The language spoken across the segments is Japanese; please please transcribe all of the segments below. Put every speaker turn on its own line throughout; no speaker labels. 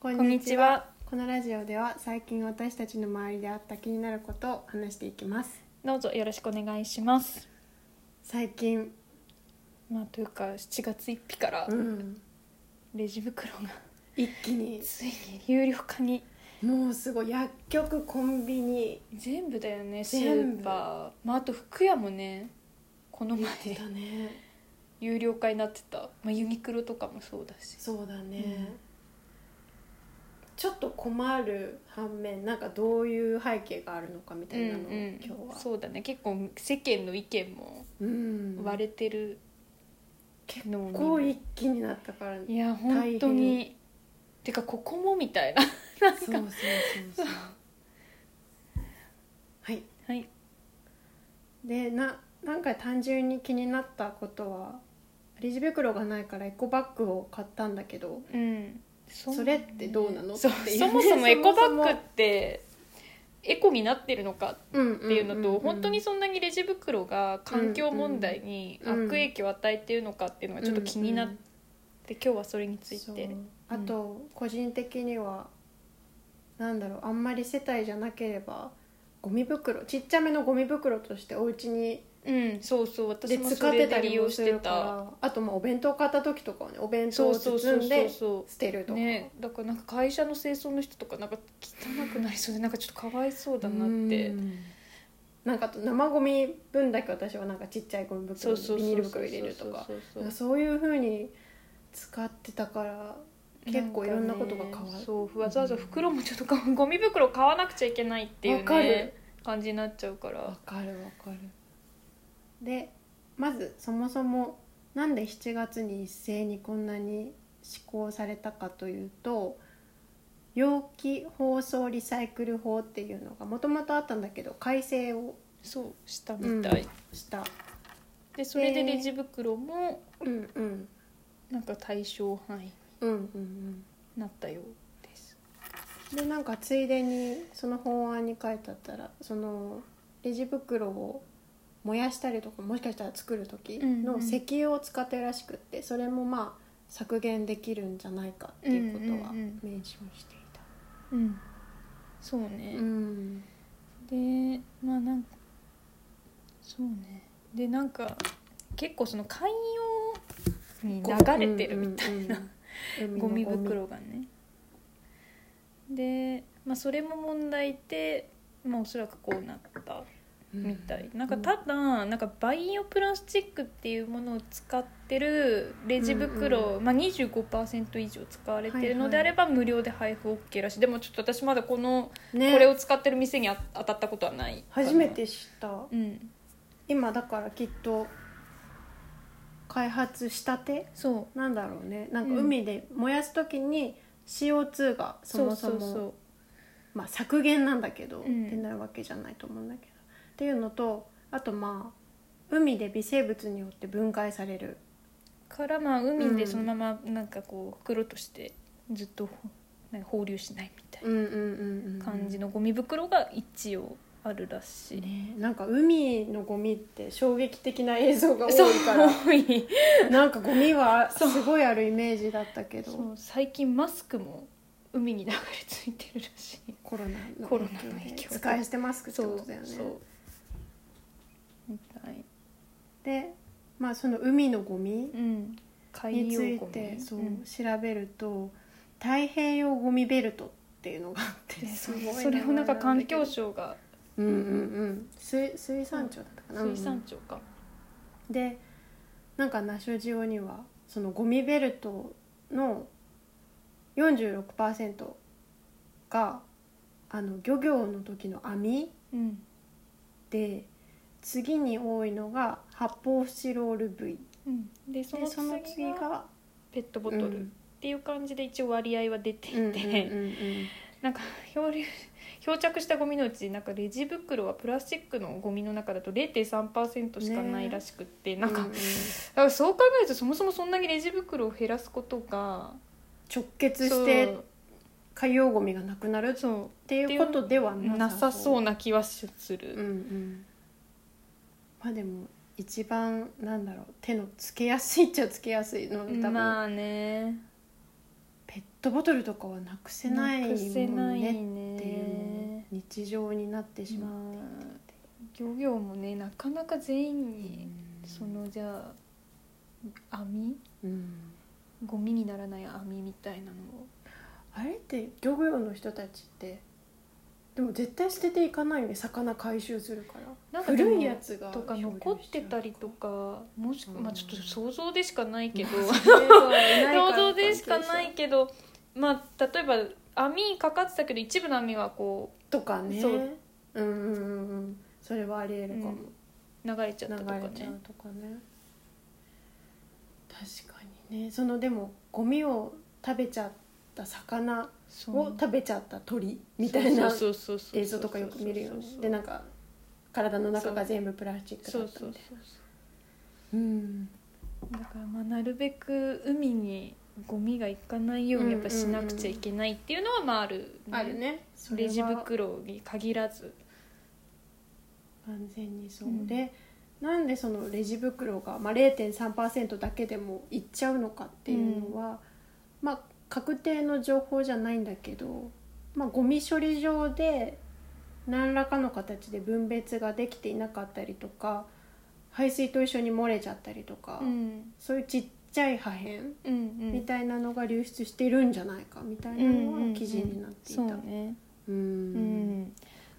こ
こんにちは
このラジオでは最近私たちの周りであった気になることを話していきます
どうぞよろしくお願いします
最近
まあというか7月1日から
うん
レジ袋が
一気に
ついに有料化に
もうすごい薬局コンビニ
全部だよねス
全部
ーパーまああと服屋もねこの前
だね
有料化になってた、まあ、ユニクロとかもそうだし
そうだね、
うん
ちょっと困る反面なんかどういう背景があるのかみたいなのを、
うんうん
今日は
そうだね結構世間の意見も
うん
割れてるのを見る
こう一気になったから
いや本当
大
にてかここもみたいな
そうそう そうそうはい
はい
でななんか単純に気になったことはレジ袋がないからエコバッグを買ったんだけど
うんそ
それってどうなの
そ
っていう
そもそもエコバッグってエコになってるのか
うん
っていうのと、
んんん
本当にそんなにレジ袋が環境問題に悪影響を与えてるのかっていうのがちょっと気になって、今日はそれについて
そうあと個人的にはなんだろうあんまり世帯じゃなければゴミ袋ちっちゃめのゴミ袋としてお家に
うんそうそう私
で
も
使
そ
っ
れ
てた
で利
り
用
も
し
す
て
るか
た
らあとまあお弁当買った時とかはねお弁当
そ
を
うそ
包
うそうんそう
で
そ
捨てる
う
とか
ねだからなんか会社の清掃の人とかなんか汚くなりそうでなんかちょっとかわいそうだなって
うんなんかあと生ゴミ分だけ私はなんかちっちゃいゴミ袋
そうそうそうそう
にビニール袋入れるとか
そ
な
うそう
ん
そう
かそういうふうに使ってたから結構いろんなことが変わ
んかね
る
そうわざわざ袋もちょっとかゴミ袋買わなくちゃいけないっていう、ね、
わかる
感じになっちゃうか
わ
ら
かるわかるでまずそもそもなんで7月に一斉にこんなに施行されたかというと容器包装リサイクル法っていうのがもともとあったんだけど改正を
そうしたみたい、
した、
でそれでレジ袋も
うんうん、
なんか対象範囲に
うんうんうん
なったようです
でなんかついでにその法案に書いてあったらそのレジ袋を燃やしたりとかもしかしたら作る時
う
の
んうん
石油を使ってるらしくってそれもまあ削減できるんじゃないかっていうことは
うんうん
メンションしていた。
うんそう
う
ね、
ん
でまあなんかそうねでなんか結構その海洋に流れてるみたいな、
うんうん
ゴミ
海の
袋がねで、まあ、それも問題で、まあ、おそらくこうなったみたい、なんかただなんかバイオプラスチックっていうものを使ってるレジ袋、
うん
まあ、25%以上使われてるの
はい
で
は
あ
い
れば無料で配布 OK らしいでもちょっと私まだこの、
ね
これを使ってる店にあ当たったことはないかな
初めて知った
うん
今だからきっと開発したて
そう
なんだろうねなんか
うん
海で燃やす時に CO2 がそもそも
そうそう
まあ、削減なんだけど、
うん
出ないわけじゃないと思うんだけどっていうのとあとまあ海で微生物によって分解される
そうからまあ海でそのままなんかこう袋としてずっとなんか放流しないみたいな感じ
の、
のゴミ袋が一応あるらしい、
ね、なんか海のゴミって衝撃的な映像が多
そう
いから
多い
なんかゴミはすごいあるイメージだったけど
そう最近マスクも海に流れ着いてるらしい
コロナの
コロナの影響で
使い捨てマスクって
そう
ことだよね
そうみたい
でまあその海のゴミ、
うん海
に
洋
つい
ゴ
て
ミ
そう、
ん
調べると太平洋ゴミベルトっていうのがあって
で
す
そう
ごい名前
それをなんか環境
だけ
省が
どうんうんうん水水産庁だったかな、
水産庁か、
うんでなんかナショジオにはそのゴミベルトの46%があの漁業の時の網
うん
で次に多いのが発泡スチロール類
うん、でそ
で
の
その次
次が
が
ペットボトル、
うん
っていう感じで一応割合は出ていて、
うんうんうん
なんか漂流漂着したゴミのうちなんかレジ袋はプラスチックのゴミの中だと0.3%しかないらしくって、
うん
なんか
うう
だからそう考えるとそもそもそんなにレジ袋を減らすことが
直結して海洋ゴミがなくなるっ
そう
ていうことでは
そう
なさ
なさそうな気はする、
うんうんまあでも一番なんだろう手のつけやすいっちゃつけやすいの多分
まあね
ペットボトルとかはなくせないも
くせなんい
ね
ね
っていう日常になってしまう、
まあ漁業もねなかなか全員に、そのじゃあ網
うん
ゴミにならない網みたいなのを
あれって漁業の人たちってでも絶対捨てていかないよね魚回収するから
なんかでも
古いやつが
とか残ってたりとかもしく
うん
まあちょっと想像でしかないけど 想
想
像でしかないけどまあ例えば網かかってたけど一部の網はこ
とかね
そう
うんうんうんうんそれはありえるかも、
うんう流れちゃったとか
流れちゃ
ね
うとかね確かにねそのでもゴミを食べちゃった魚
そう
を食べちゃった鳥みたいな
そうそうそうそう
映像とかよく見るよねでなん
か
か体の中が全部プラスチック
そ
だ
う
っ
そう
た
そ
み
う
たいな
そ
う
う
ん
だからまあなるべく海にゴミが行かないようにやっぱしなくちゃいけないっていうのはまあある、
あるねそれ
レ
は
ジ袋に限らず
完全にそうで、なんでそのレジ袋が、まあ、0.3%だけでもいっちゃうのかっていうのは、まあ確定の情報じゃないんだけど、まあ、ゴミ処理場で何らかの形で分別ができていなかったりとか排水と一緒に漏れちゃったりとか、
うん
そういうちっちゃい破片
うんうん
みたいなのが流出してるんじゃないかみたいなの
うんうんうん
が記事になっていた。
そうね
う
うん、
ん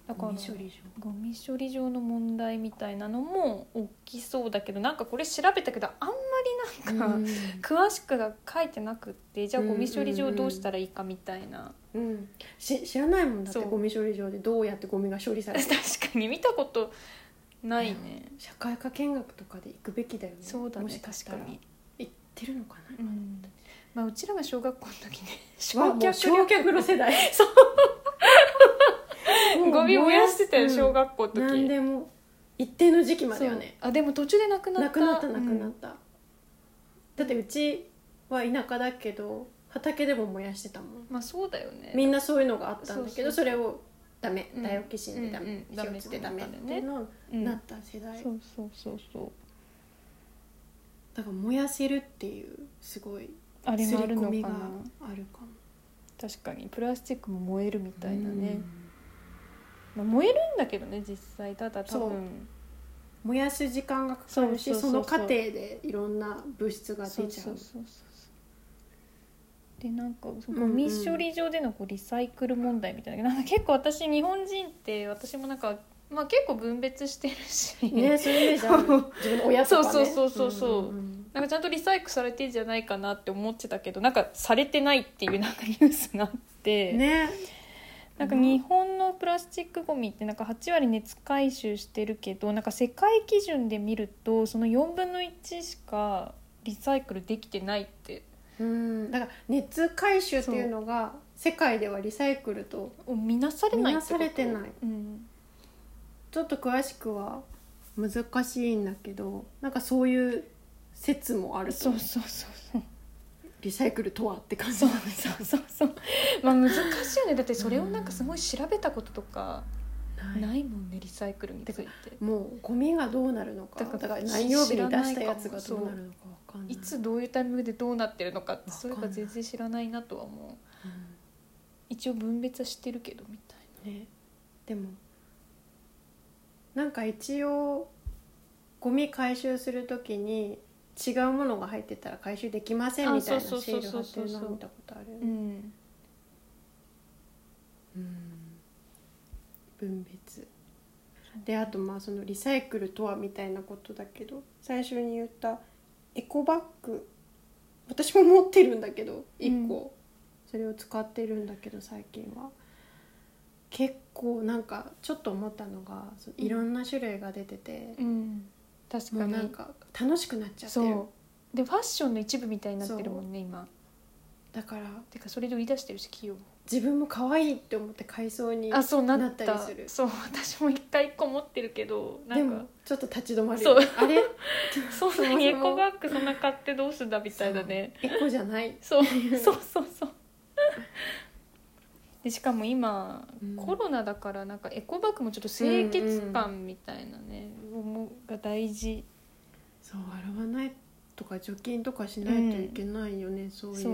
だから
ゴミ処理場
ゴミ処理場の問題みたいなのも起きそうだけどなんかこれ調べたけどあんまりなんか、詳しくが書いてなくってじゃあゴミ処理場どうしたらいいかみたいな、
うん、し知らないもんだって
そう
ゴミ処理場でどうやってゴミが処理され
確
てる
かに見たことないね、
社会科見学とかで行くべきだよね
そうだ
も
ね
しか
確
し
か
たら
に、
行ってるのかな
うんまあ、うちらが小学校の時ね
わもう
料
焼却炉世 代
そう
もう
ゴミ燃やしてたよ
うん
小学校の時、
何でも一定の時期までよね
そうあでも途中でなくなった
なくなったなくな
う
っ
ん
た、だってうちは田舎だけど畑でも燃やしてたもん
まあそうだよね
みんなそういうのがあったんだけど
そ
それをダメ
うん
ダイオキシンでダメ
うんうんダメ
CO2 でダメっていうの
う
に
ん
なった世代
そうそうそうそう
だから燃やせるっていうすごい
あれ
刷
もあ
り
るの
込
か
み
な
があるかも
確かにプラスチックも燃えるみ
み
たいなね、まあ、燃えるんだけどね実際ただ多分
燃やす時間がかかるし
そうそうそうそう
その過程でいろんな物質が
そ
出
う
ちゃ
そうそう
う
そうでなんか
う
そ
ん
のゴミ処理場でのこうリサイクル問題みたいな,、なんか結構私日本人って私もなんか、まあ、結構分別してるし、
ねそういうイメージある
そう
自分の 親とかね
そうそうそうそうそうん
ん
なんかちゃんとリサイクルされてんじゃないかなって思ってたけどなんかされてないっていうなんかニュースがあって、
うんね
なんか日本のプラスチックごみってなんか8割熱回収してるけどなんか世界基準で見るとその4分の1しかリサイクルできてないって
うんだから熱回収っていうのが世界ではリサイクルと
見なされないってこと
見なされてない、
うん、
ちょっと詳しくは難しいんだけどなんかそういう説もある
そ
と
うそうそうそう
リサイクルとはって感じ
そうそうそう そうまあ難しいよねだってそれをなんかすごい調べたこととか
ない
ないもんねリサイクルについて
もうゴミがどうなるのか
だ
だ
から
から何曜日に出したやつがどうなるのかわかんない
いつどういうタイミングでどうなってるのかって
わ
そ
かん
うい
な
え
い
ば全然知らないなとは思う一応分別はしてるけどみたい
うんね、でもなんか一応ゴミ回収するときに違うものが入ってたら回収できませんみたいな
あ
シ
そうそうそう
ール貼っ
そう
て
そう
るの見たことあるよ
な、う
ね、
ん
分別であとまあそのリサイクルとはみたいなことだけど最初に言ったエコバッグ私も持ってるんだけど1個、それを使ってるんだけど最近は結構なんかちょっと思ったのがそのいろんな種類が出てて
う、ん、確
も
か
う
に
なんか楽しくなっちゃってる
そうでファッションの一部みたいになってるもんね今
だから
てかそれで売り出してるし企業も
自分も可愛いって思って買いそうに
あそうな
な
っ
った
た
りする
そう私も一回一個持ってるけどな
で
んか
もちょっと立ち止まるよねあれ
そんなにエコバッグそんな買ってどうすんだ みたいだね
エコじゃない
そうそうそうそうでしかも今、
うん
コロナだからなんかエコバッグもちょっと清潔感みたいなね、思うが大事
そう洗わないとか除菌とかしないといけないよね、そういえ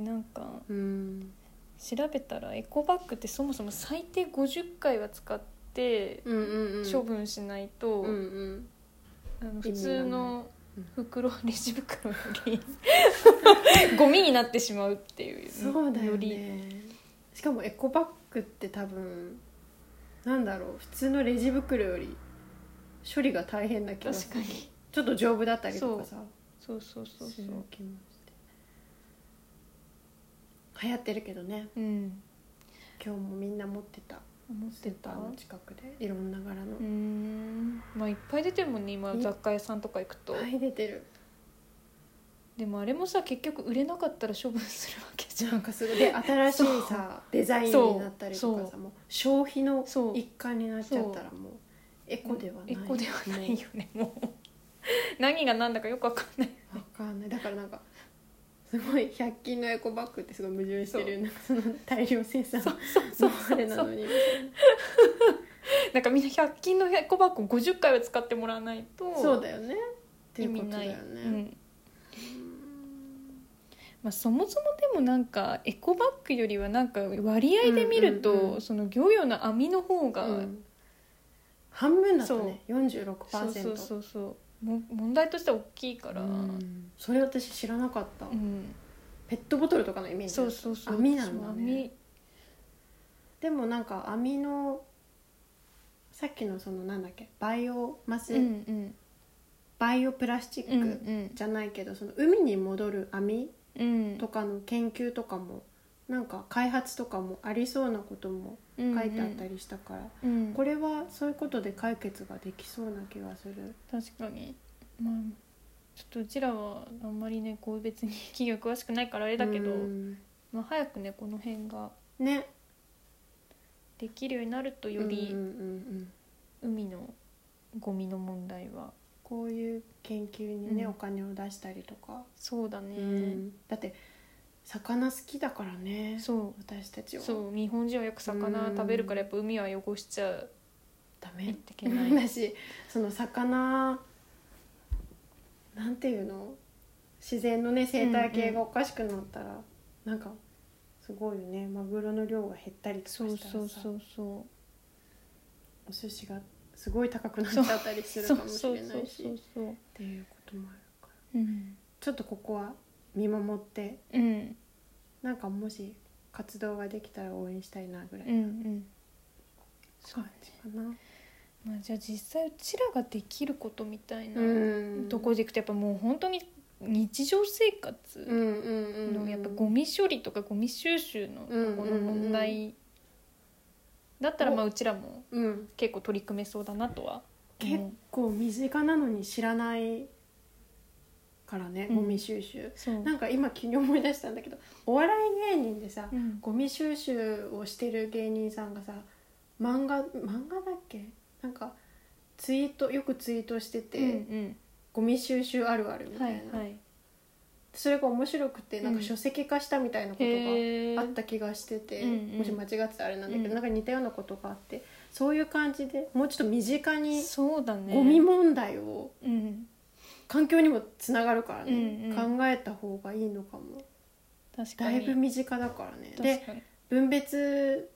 ば
なんか
うん
調べたらエコバッグってそもそも最低50回は使って
うんうんうん
処分しないと、
うんうん
あの
意味がな
普
い
通の
うん
袋、レジ袋より ゴミになってしまうっていう
そうだよ
り
ねしかもエコバッグって多分なんだろう普通のレジ袋より処理が大変な気がす
確
る
かに
ちょっと丈夫だったりとかさ
そうそうそう
す
そ
る
う
気もして流行ってるけどね
うん
今日もみんな持ってた
思っ
ス
て
ー
た
パーの近くでいろんな柄の
うーんまあいっぱい出てるもんね今
ね
雑貨屋さんとか行くと、
はい出てる
でもあれもさ結局売れなかったら処分するわけじゃ
なん
ん
かすごい で新しいさデザインになったりとか
そ
さもう消費の
そう
一環になっちゃったらもう エコではない
エコではないよね もう何が何だかよくわかんない
わかんないだからなんかすごい100均のエコバッグってすごい矛盾してるよなんかその大量生産
そうそうそう
の
そ
あ
う
れな
そ
の
う
に
なんかみんな100均のエコバッグを50回は使ってもらわないと
そうだよねってい
意
うこ
味
と
な
だ
い
よ
う
ね
んまあ、そもそもでもなんかエコバッグよりはなんか割合で見ると、
うんうんうん
その漁業の網の方が、
うん半分だったね46%
そうそうそうそうも問題としては大きいから、う
うんんそれ私知らなかったペットボトルとかのイメージだっ
そう
た
そうそう
網なんだね
そう網
でもなんか網のさっきのそのなんだっけバイオマス、
うんうん
バイオプラスチック、
うん
じゃないけどその海に戻る網
うん
とかの研究とかもなんか開発とかもありそうなことも
書
書いてあったりしたから、
うんうん
これはそういうことで解決ができそうな気がする
確かにまあちょっとうちらはあんまりねこう別に企業詳しくないからあれだけど、
うん
まあ、早くねこの辺が
ね
できるようになるとよ
うんうん
り
うんうん
海のゴミの問題は
こういう研究にね、
うん
お金を出したりとか、
そうだね、
うんだって魚好きだからね
そ
私たち
う
は
そう日本人はよく魚食べるからやっぱ海は汚しちゃう
ダ
い
メ
けな い
だしその魚なんていうの自然のね生態系がおかしくなったら、なんかすごいよねマグロの量が減ったりとかした
そう
らさ
そうそうそう
お寿司がすごい高くなっちゃったりする
そ
か
う
もし
そう
れな
そう
いし
そう
っ
そう
ていうこともあるから
うん、
ちょっとここは見守って
うん
なんかもし活動ができたら応援したいなぐらい
うんうん
感じかな。
まあ、じゃあ実際うちらができることみたいな、
うん
とこでいくとやっぱもう本当に日常生
うん
活
うんうんう
の
ん
やっぱゴミ処理とかゴミ収集の
うん
この問題だったらまあうちらも
うん
結構取り組めそうだなとは
結
思う
構身近なのに知らないからね、
うん
ゴミ収集
そう
なんか今急に思い出したんだけど お笑い芸人でさ、
うん
ゴミ収集をしてる芸人さんがさ漫画漫画だっけなんかツイートよくツイートしてて、
うん
ゴミ収集あるある
う
み
んは
たい
い
な、
はい
それが面白くてなん
う
か
ん
書籍化したみたいなことが
へえ
あった気がしてて、
うんうん
もし間違ってたらあれなんだけど、
うん
なんか似たようなことがあってそういう感じでもうちょっと身近に
そうだね
ゴミ問題を、
うん
環境にもつながるからね、
うんうん
考えた方がいいのかも
確か
だ
に
いぶ身近だからね
確
で
かに
分別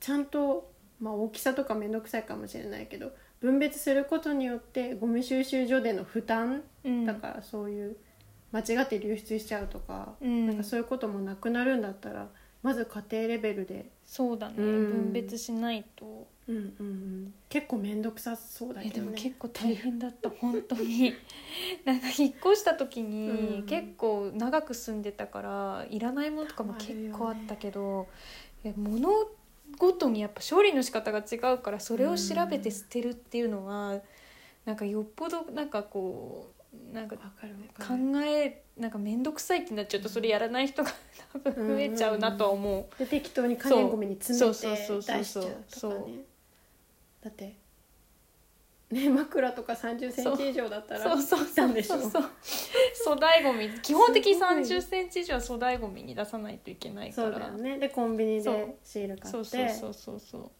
ちゃんと、まあ、大きさとか面倒くさいかもしれないけど分別することによってゴミ収集所での負担
うん
だからそういう間違って流出しちゃうとか、
うん
なんかそういうこともなくなるんだったらまず家庭レベルで、
そうだね
うん
分別しないと
うんうんうん、結構面倒くさそうだ
え
け
で
ど
も
ね。
結構大変 だった本当になんか引っ越した時
う
に
ん
結構長く住んでたからいらないものとかも結構あったけど、いや物ごとにやっぱ処理の仕方が違うからそれを調べて捨てるっていうのは、なんかよっぽどなんかこうなんか
わかるわ
考
かる
えなんか面倒くさいってなっちゃうとそれやらない人が多分増えちゃうなとは思う。
で適当に可燃ごみに詰めて
そう
出し
そう
ち
そ
ゃ
う
う
そう
とかねだってね枕とか3 0ンチ以上だったら
そうそう
切ったんでしょ
そうそうそう粗 大ごみ基本的に
すごい
3 0ンチ以上は粗大ごみに出さないといけないか
そ
ら
うだよねでコンビニ
そう
でシール買
そ
っ
うそう
て
そうそうそう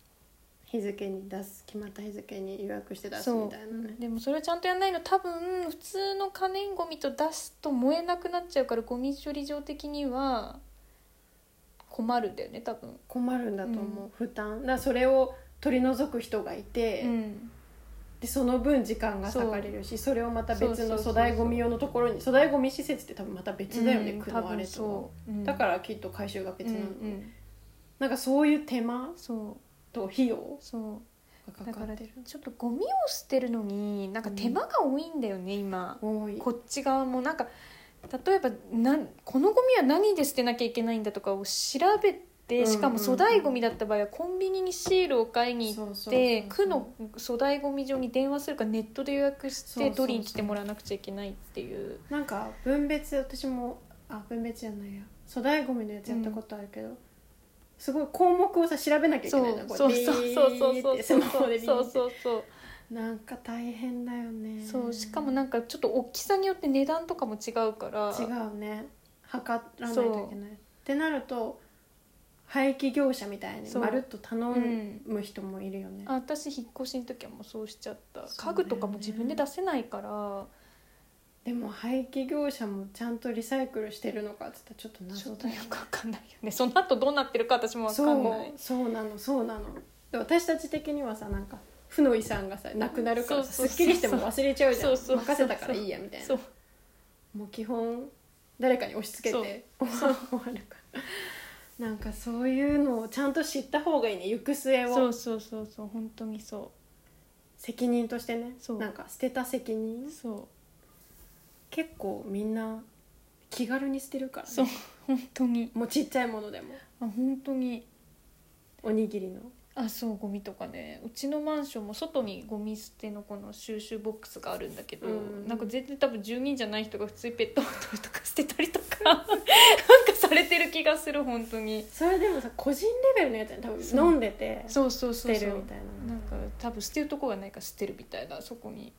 日付に出す決まった日付に予約して出す
そう
みたいなね
でもそれをちゃんとやらないの多分普通の可燃ごみと出すと燃えなくなっちゃうからゴミ処理場的には困るんだよね多分。
困るんだと思う、
うん
負担だからそれを取り除く人がいて、
うん
でその分時間が割かれるしそれをまた別の粗大ごみ用のところに粗大ごみ施設って多分また別だよね、
うん
区
多
のあ
分
れとは
そう、うん
だからきっと回収が別なの、
うんうん
なんかそういう手間
そう
と費用
そ
が
う
か
だ
か
か
っ
ら
てる
ちょっとゴミを捨てるのになんか手間が多いんだよね、今
多い
こっち側もなんか例えばなんこのゴミは何で捨てなきゃいけないんだとかを調べ
うんう
て
んうん
しかも粗大ゴミだった場合はコンビニにシールを買いに行
そうそうそう
って区の粗大ゴミ場に電話するかネットで予約し
そうそう
て
そう
取りに来てもらわなくちゃいけないっていう
なんか分別私もあ分別じゃないや粗大ごみのやつやったことあるけど、すごい項目をさ調べなきゃいけないな
そう
ビ
そうそうそう
ー
そ
っ
う
て
そ
ス
う
マホでビー
そ
っ
う
て
そうそう
なんか大変だよね
そうしかもなんかちょっと大きさによって値段とかも違うから
違うね測らないといけないってなると廃棄業者みたいに
そう
まるっと頼
うん
む人もいるよね、
あ私引っ越しの時はもうそうしちゃった、
そうだよね
家具とかも自分で出せないから
でも廃棄業者もちゃんとリサイクルしてるのかって言ったらちょっと謎
ちょっ
だ
と
よ
よくわかんないよねその後どうなってるか私もわか
そ
ん
う
ない
そうなのそうなので私たち的にはさなんか負の遺産がさなくなるから
そうそうそう
すっきりしても忘れちゃうじゃん
そうそうそう
任せたからいいやみたいな
そう
もう基本誰かに押し付けて終わ終わるからなんかそういうのをちゃんと知った方がいいね行く末
そ
を
うそうそうそう本当にそ
責任としてね
そう
なんか捨てた責任
うそ
結構みんな気軽に捨てるから、
う
ね、
そう本当に
もうちっちゃいものでも
あ本当に
おにぎりの
あそうゴミとかねうちのマンションも外にゴミ捨てのこの収集ボックスがあるんだけど、
うん
なんか全然多分住民じゃない人が普通にペットボトルとか捨てたりとか なんかされてる気がする本当に
それでもさ個人レベルのやつやね多
そう
分飲んでて捨
そうそうそう
て
そ
る
う
みたいな
なんか多分捨てるとこがないから捨てるみたいなそこに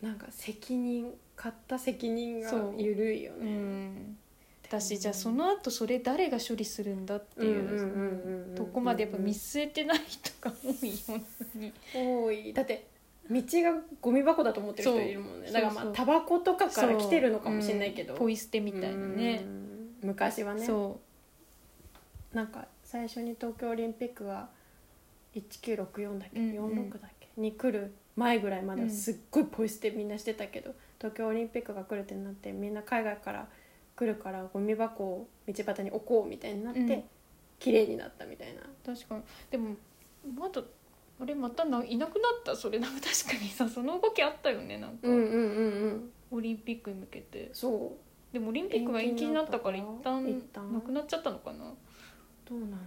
なんか責任買った責任が
そう
緩いよ
う
ね
ん私じゃあその後それ誰が処理するんだって
うんうんうんうんうんう
い
ん
うとこまでやっぱ見据えてない人が多いように
多いだって道がゴミ箱だと思ってる人いるもんね
そう
だからまあ
そうそう
タバコとかから来てるのかもしれないけど、
うんポイ捨てみたいなね
うん昔はね
そ
なんか最初に東京オリンピックが1964だっけ、
うんうん
46だっけに来る前ぐらいまではすっごいポイ捨てみんなしてたけど、東京オリンピックが来るってなってみんな海外から来るからゴミ箱を道端に置こうみたいになって、
うん
綺麗になったみたいな
う確かにでもまだあれまたないなくなったそれなんか確かにさその動きあったよねなんか、
うんうんうんうん
オリンピックに向けて
そう
でもオリンピックが延期になったから
延
一
期になったから
旦
一旦
なくなっちゃったのかな
どうなんだろ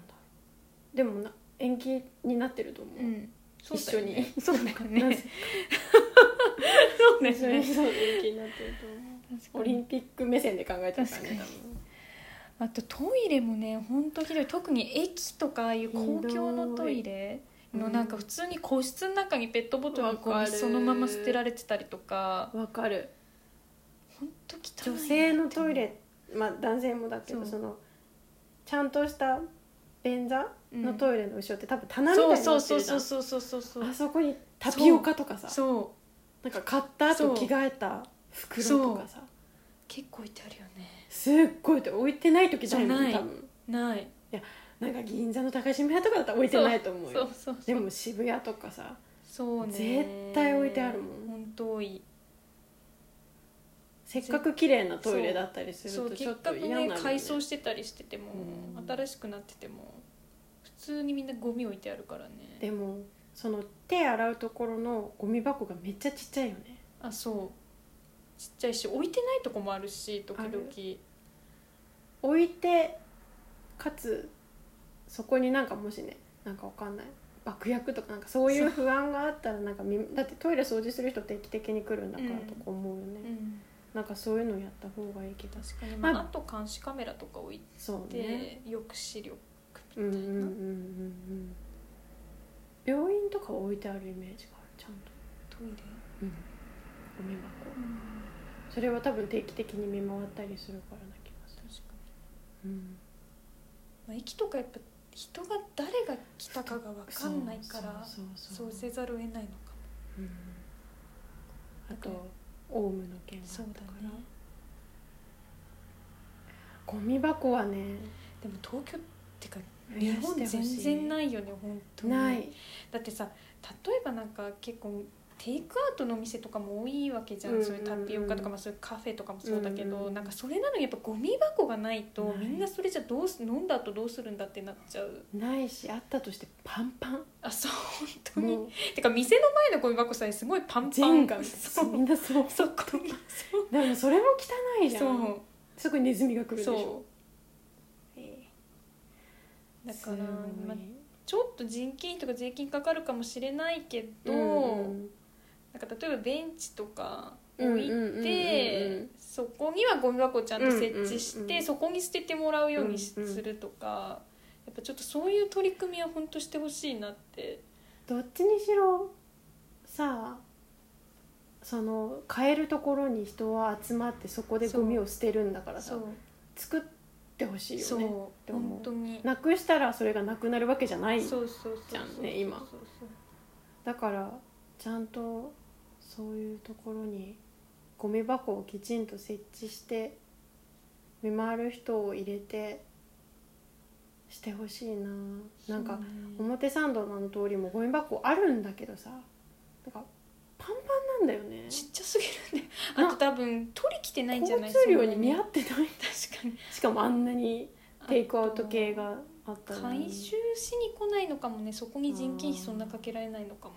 うでもな延期になってると思う、
うんそうだ
一緒
よね
に
そうだよ
なぜ
ね
一緒に
そうだよね
そう延期になってると思
確
うオ
か
リ
に
ンピック目線で考えてるから
確かに
ね
あとトイレもねほんとひどい特に駅とかああいう公共のトイレ
ひどい
のなんか普通に個室の中にペットボトルのゴ
わ
ミ
かる
そのまま捨てられてたりとか
多分わかる
ほんと汚い
女性のトイレまあ男性もだけど
そう
そのちゃんとした便座の
イ
トイレの後ろって多分棚みたいに
そう
なって
そう
るじ
そ
ゃ
うんそうそうそうそうそう
あそこにタピオカとかさ
そう
なんか買った
そ
後
う
着替えた袋とかさ
結構置いてあるよね
すっごいって置いてない時じゃない
じゃない
多分
ない
なんか銀座の高島屋とかだったら置いてないと思う
そ
よ
うそうそ
で
う
も渋谷とかさ
そうね
絶対置いてあるもん
ほんと多い
せっかく綺麗なトイレだったりす
そ
る
う
とちょ
結
っと
局
嫌なる
ね
よね
改装してたりしてても
うん
新しくなってても普通にみんなゴミ置いてあるからね
でもその手洗うところのゴミ箱がめっちゃちっちゃいよね
あそうちっちゃいし置いてないとこもあるし時々
ある置いてかつそこになんかもしねなんかわかんない爆薬とかなんかそういう不安があったらなんかみだってトイレ掃除する人定期的に来るんだから
うん
とか思うよ
う
ね、
ん
なんかそういうのやった方がいい気がする
確かにまあ
まあ
あと監視カメラとか置い
そうね
て抑止力
うんうんうんうんうん病院とか置いてあるイメージがあるちゃんと、
トイレ
うん、ゴミ箱それは多分定期的に見回ったりするからな気がする、
確かに
うん、
まあ駅とかやっぱ人が誰が来たかが分かんないから
そうそ
そうう
そう
せざるを得ないのかも
うんあとオウムの件があ
そう
っ
だ
たから
ね
ゴミ箱はね
でも東京ってか
増
日
やし
本
てほしい
全然ないよね本当に
ない
だってさ例えばなんか結構テイクアウトのお店とかも多いわけじゃん,、
うん
そういうタピオカとか、まあ、そういうカフェとかもそうだけど、
うん
なんかそれなのにやっぱゴミ箱がないと
ない
みんなそれじゃどうす飲んだ後どうするんだってなっちゃう
ないしあったとしてパンパン
あそう本当に、
もう
てか店の前のゴミ箱さえすごいパンパ
全
ン
が
そ
みん
う
なそう
そこにそう
でもそれも汚いじゃ
そ
ん
う
すごいネズミが来るでしょ
そ
え
う
え
だか
す
ら、
ごい
まあ、ちょっと人件費とか税金かかるかもしれないけど、
うん
なんか例えばベンチとか
うん
置い
うんうんうんう
て
ん
そこにはゴミ箱ちゃんと設置して、
うんうんうん
そこに捨ててもらうようにし
うんうん
するとかやっぱちょっとそういう取り組みは本当してほしいなって
どっちにしろさあその変えるところに人は集まってそこでゴミを捨てるんだからさ
そう
作ってほしい
そ
よ
う
ねて思う
本当に
なくしたらそれがなくなるわけじゃない
そうそうそう
じゃんね今
そうそうそう
だからちゃんとそういうところにゴミ箱をきちんと設置して見回る人を入れてしてほしいななんか
そうね
表参道のあの通りもゴミ箱あるんだけどさなんかパンパンなんだよね
ちっちゃすぎるねあと多分取り来てないんじゃ
交
ない
通量に見
そん
合
な
ってない
確かに
しかもあんなにテイクアウト系があったのに
回収しに来ないのかもねそこに人件費そんなかけられないのかも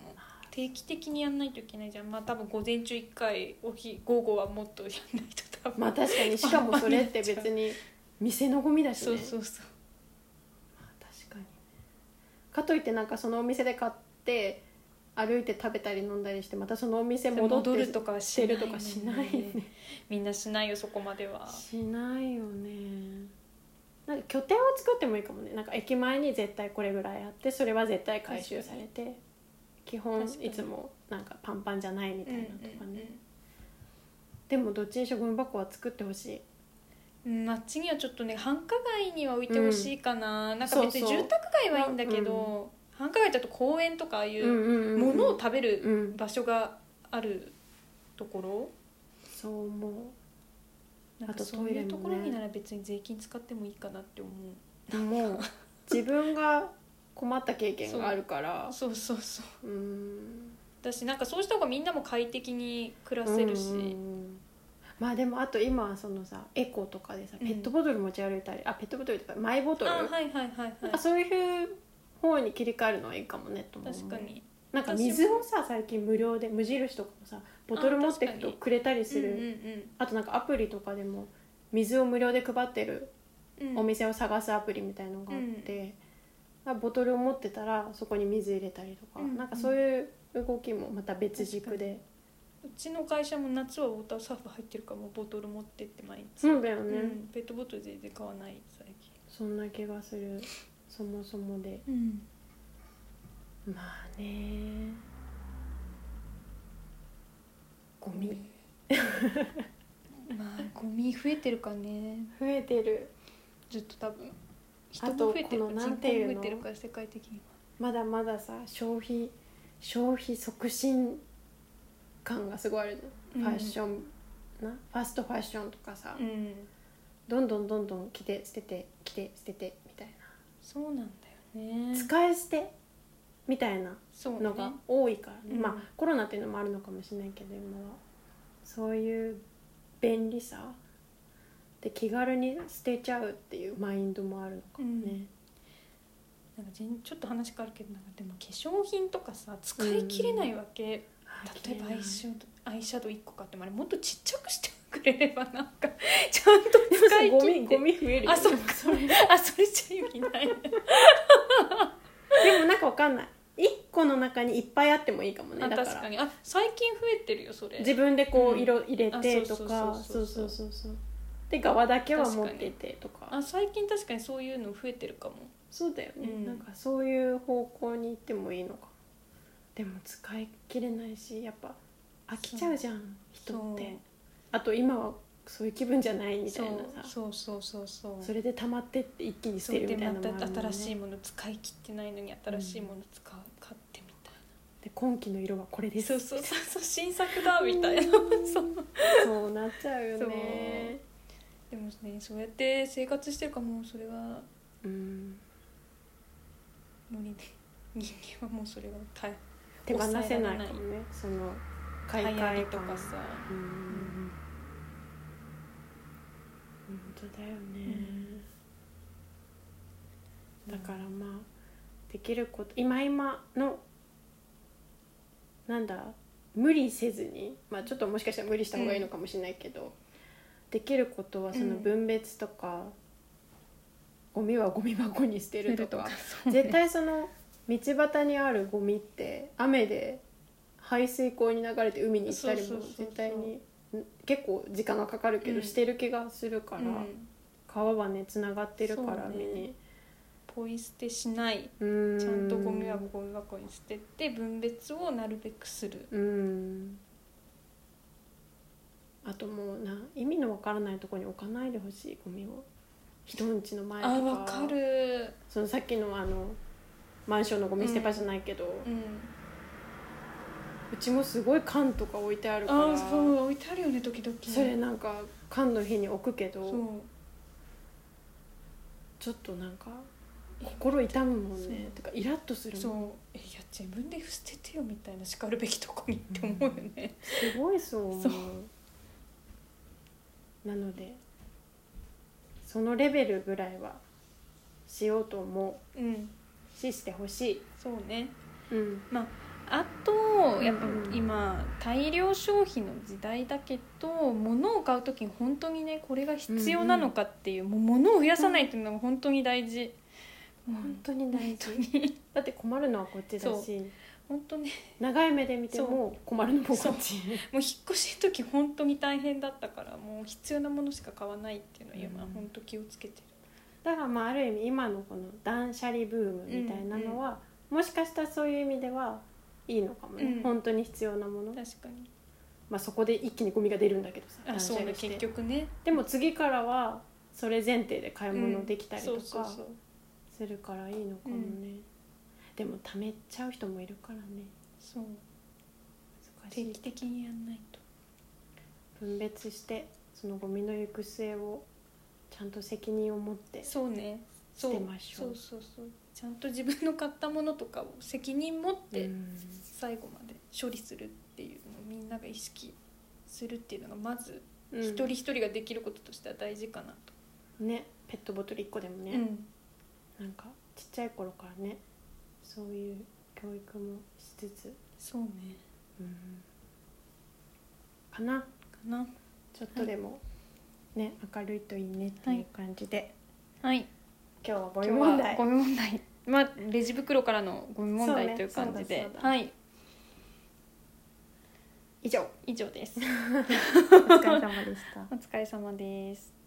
定期的にやんないといけないじゃんまあ多分午前中1回おひ午後はもっとやんないと多分、
まあ確かにしかもそれって別に店のゴミだし
そう
ね
そうそう
確かにかといってなんかそのお店で買って歩いて食べたり飲んだりしてまたそのお店戻って
戻るとかは
し
してない
るとかしないよね
みんなしないよそこまでは
しないよねなんか拠点を作ってもいいかもねなんか駅前に絶対これぐらいあってそれは絶対回収されて基本
確かに
いつもなんかパンパンじゃないみ
う
た
ん
いな
うん
とかね、でもどっちにしろゴミ箱は作ってほしい
うんうんあっちにはちょっとね繁華街には置いてほしいかな、なんか別に
そうそう
住宅街はいいんだけど繁華街だと公園とかああい
うん
う
うんうん
ものを食べ
う
る
ん
場所があるところ、
そう思う
なん
あ
か
と
そういうところ
トイレもね
になら別に税金使ってもいいかなって思う
もう自分が困った経験があるから
そうそうそう
うーん
だしなんかそうした方がみんなも快適に暮らせるし、
うんうんうんまあでもあと今はそのさエコとかでさ
うん
ペットボトル持ち歩いたり、あペットボトルとかマイボトル、
あはいはいはい
なん
は
か
い
そういう方に切り替えるのはいいかもねと思う
確かに
なんか水をさ最近無料で無印とかもさボトル持ってく
あ確
と
かに
くれたりするあ,、
うん
となんかアプリとかでも水を無料で配ってる
うんうん、
お店を探すアプリみたいのがあって、まあボトルを持ってたらそこに水入れたりとか、
うんうん
なんかそういう動きもまた別軸で
うちの会社も夏はウォーターサーフ入ってるからもうボトル持ってって毎日、
そうだよね、
うんペットボトル全然買わない最近、
そんな気がするそもそもでまあねゴミ
まあゴミ増えてるからね
増えてる
ずっと多分人
あ
も
と
増えてる
この
から人
なん
口
ていう
も
の
増えてるから世界的に
まだまださ消費消費促進感がすごいあるね、
うん
ファッションなファストファッションとかさ、
うん
どんどんどんどん着て捨てて着て捨ててみたい
そうなんだよね
な、使い捨てみたいな
そう
のが多いからね、
うん
まあコロナっていうのもあるのかもしれないけど今はそういう便利さで気軽に捨てちゃうっていうマインドもあるのかもね、
なんか全ちょっと話変わるけどなんかでも化粧品とかさ使い切れないわけ、例え
あー
ば
着れ
ア
ない
イ シャドウアイシャドウ1個買ってもあれもっとちっちゃくしてくれればなんか ちゃんと使い
ゴ
切
ミ
って
ゴミ増えるよ
あそうかあそれじゃ意 味ない
でもなんかわかんない一個の中にいっぱいあってもいいかもね
あ
だか
確からにあ最近増えてるよそれ
自分でこ
う
うん色入れてと
あ
かそ
そう
そ
うそうう
そうそうで側だけは持っててとか
あ最近確かにそういうの増えてるかも
そうだよね、
うん
なんかそういう方向に行ってもいいのかでも使い切れないしやっぱ飽きちゃうじゃん人ってあと今はそういう気分じゃないみた
そ
いうなさ
そうそうそうそう
それで溜まってって一気に捨
そ
て
う
る
で
みたいな
ま
のもあるもんね
た新しいもの使い切ってないのに新しいもの使う、買ってみたい
で今期の色はこれで
な
す
そうそうそうそう新作だみたいな
うん
そう
そうなっちゃうよね
でもねそうやって生活してるからもうそれは
うん、
無理で人間はもうそれは大
手放
抑
せ
えら
ない
れ
も
ない
んねその買い
変
替
え
え
と
感
かさ、
うん本当だよね、
うん
だからまあできること今今のなんだ無理せずにまあちょっともしかしたら無理した方がいいのかもしれないけど、できることはその
うん
分別とか、ゴミはゴミ箱に捨てるとか
そうね
絶対その道端にあるゴミって雨で排水溝に流れて海に行ったり
そ
も
うそうそうそう
絶対にん結構時間がかかるけど、
うん
してる気がするから、
うん
川はねつながってるから
そう
見
ね
に
ポイ捨てしない
うん
ちゃんとゴミはゴミ箱に捨てて分別をなるべくする
うんあともうな意味のわからないところに置かないでほしいゴミを人んちの前と
あわかる
そのさっきのあのマンションのゴミ捨て場じゃないけど、う
うん
ちもすごい缶とか置いてあるから
あそう置いてあるよね時々
それなんか缶の日に置くけ
そ
ど
う
ちょっとなんか心痛むもんね
そう
てかイラッとする
そ
もん
うえいや自分で捨ててよみたいな叱るべきとこにって思うよね、
すごいそう思う
そう
なのでそのレベルぐらいはしようと思
うん
うししてほしい、
そうね
うん、
あとやっぱ
うん
今大量消費の時代だけど物を買う時に本当にねこれが必要なのかっていう,、もう物を増やさないっていうのが本当に大事、もう
本当に大事だって困るのはこっちだし
本当ね
長い目で見ても困るのもこっち
もう引っ越しの時本当に大変だったからもう必要なものしか買わないっていうのは今、
うん
本当気をつけて
だからまあある意味今のこの断捨離ブームみたいなのは、もしかしたらそういう意味ではいいのかもね、
うん
本当に必要なもの
る、確かに
まあ、そこで一気にゴミが出るんだけどさ
あ
断捨
そうね
離して
結局ね
でも次からはそれ前提で買い物できたりと
うんそう
か
そうそう
するからいいのかもね、でも貯めちゃう人もいるからね
そう
難し
定
い
期的にやんないと
分別してそのゴミの行く末をちゃんと責任を持って
そうね
捨
そう
てましょう
そうそうそうちゃんと自分の買ったものとかを責任持っ
う
て
ん
最後まで処理するっていうのをみんなが意識するっていうのがまず
うん
一人一人ができることとしては大事かなと、
ねペットボトル1個でもね、
うん
なんかちっちゃい頃からねそういう教育もしつつ、
そうね
かな
かな
ちょっとでも、ね明るいといいねっていう感じで、
はい
今日はボイ
今
問
日は
題
ゴミ問題まあレジ袋からのゴミ問
そうね
題という感じ
そ
で、
うだそうだ
はい
以上
以上です
お疲れ様でした
お疲れ様です